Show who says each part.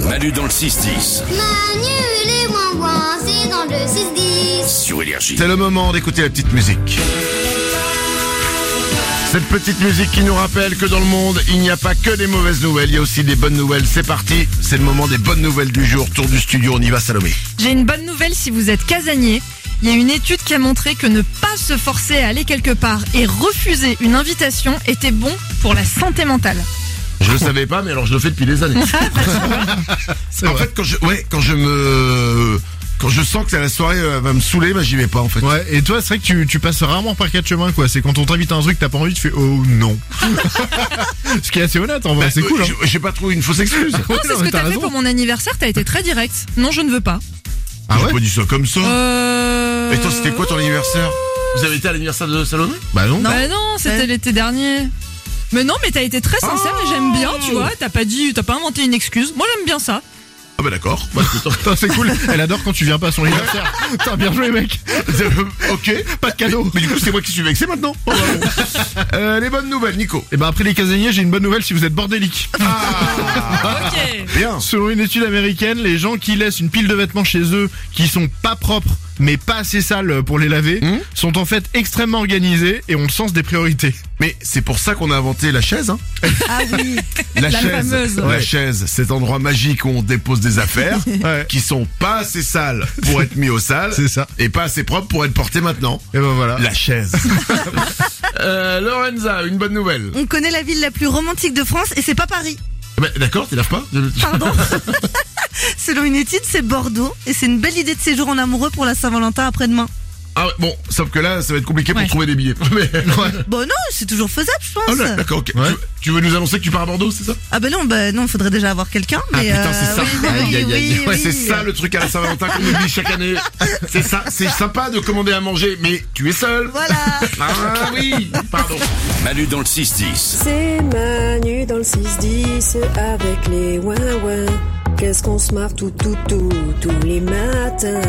Speaker 1: Manu dans le 6-10
Speaker 2: Manu les moins c'est dans le 6-10.
Speaker 1: sur Énergie.
Speaker 3: C'est le moment d'écouter la petite musique. Cette petite musique qui nous rappelle que dans le monde, il n'y a pas que des mauvaises nouvelles, il y a aussi des bonnes nouvelles. C'est parti, c'est le moment des bonnes nouvelles du jour. Tour du studio, on y va Salomé.
Speaker 4: J'ai une bonne nouvelle si vous êtes casanier. Il y a une étude qui a montré que ne pas se forcer à aller quelque part et refuser une invitation était bon pour la santé mentale.
Speaker 3: Je le savais pas, mais alors je le fais depuis des années. en
Speaker 5: vrai.
Speaker 3: fait, quand je, ouais, quand je me, quand je sens que la soirée euh, va me saouler, bah j'y vais pas en fait.
Speaker 5: Ouais, et toi, c'est vrai que tu, tu passes rarement par quatre chemins, quoi. C'est quand on t'invite à un truc, t'as pas envie, tu fais oh non. Ce qui est assez honnête, en vrai, c'est
Speaker 3: Euh,
Speaker 5: cool. Hein.
Speaker 3: je- J'ai pas trouvé une fausse excuse.
Speaker 4: Non, c'est ce que t'as fait pour mon anniversaire, t'as été très direct. Non, je ne veux pas.
Speaker 5: Ah
Speaker 3: J'ai
Speaker 5: ouais
Speaker 3: pas dit ça comme ça.
Speaker 4: Euh...
Speaker 3: Et toi, c'était quoi ton anniversaire Vous avez été à l'anniversaire de Salomé
Speaker 5: Bah non.
Speaker 4: Bah non, c'était
Speaker 3: Ouais.
Speaker 4: l'été dernier. Mais non, mais t'as été très sincère et j'aime bien, tu vois. T'as pas dit, t'as pas inventé une excuse. Moi, j'aime bien ça.
Speaker 3: Ah bah d'accord.
Speaker 5: Putain, hein. c'est cool. Elle adore quand tu viens pas à son anniversaire. Putain, bien joué, mec.
Speaker 3: ok.
Speaker 5: Pas de cadeau.
Speaker 3: Mais du coup, c'est moi qui suis vexé maintenant. Oh, bah, bon. Euh, les bonnes nouvelles, Nico.
Speaker 5: Et bah après les casaniers, j'ai une bonne nouvelle si vous êtes bordélique.
Speaker 4: Ok.
Speaker 3: Bien.
Speaker 5: Selon une étude américaine, les gens qui laissent une pile de vêtements chez eux qui sont pas propres mais pas assez sales pour les laver
Speaker 3: Hmm
Speaker 5: sont en fait extrêmement organisés et ont le sens des priorités.
Speaker 3: Mais c'est pour ça qu'on a inventé la chaise. Hein.
Speaker 4: Ah oui.
Speaker 3: La,
Speaker 4: La
Speaker 3: chaise.
Speaker 4: fameuse.
Speaker 3: La
Speaker 4: Ouais.
Speaker 3: chaise, cet endroit magique où on dépose des affaires
Speaker 5: Ouais.
Speaker 3: qui sont pas assez sales pour être mis au sale
Speaker 5: C'est ça.
Speaker 3: et pas assez propres pour être portées maintenant.
Speaker 5: Et ben voilà.
Speaker 3: La chaise. euh, Lorenza, une bonne nouvelle.
Speaker 6: On connaît la ville la plus romantique de France et c'est pas Paris.
Speaker 3: Bah, d'accord, tu laves pas
Speaker 6: Pardon. Selon une étude, c'est Bordeaux et c'est une belle idée de séjour en amoureux pour la Saint-Valentin après-demain.
Speaker 3: Ah ouais, bon, sauf que là, ça va être compliqué pour
Speaker 4: Ouais.
Speaker 3: trouver des billets. Mais-
Speaker 6: Bon non, c'est toujours faisable, je pense.
Speaker 3: Ah, là, d'accord, ok.
Speaker 5: Ouais.
Speaker 3: Tu, tu veux nous annoncer que tu pars à Bordeaux, c'est ça
Speaker 6: ah ben non, bah non, faudrait déjà avoir quelqu'un.
Speaker 3: Ah
Speaker 6: mais,
Speaker 3: putain,
Speaker 6: euh,
Speaker 3: c'est ça.
Speaker 6: oui, oui,
Speaker 3: Aïe, aïe, aïe.
Speaker 6: oui,
Speaker 3: Ouais,
Speaker 6: oui.
Speaker 3: c'est ça le truc à la Saint-Valentin qu'on oublie chaque année. C'est ça, c'est sympa de commander à manger, mais tu es seul.
Speaker 6: Voilà.
Speaker 3: Ah oui, pardon.
Speaker 1: Manu dans le 6-10.
Speaker 7: C'est Manu dans le 6-10 avec les ouin-ouin. Qu'est-ce qu'on se marre tout, tout, tout, tous les matins.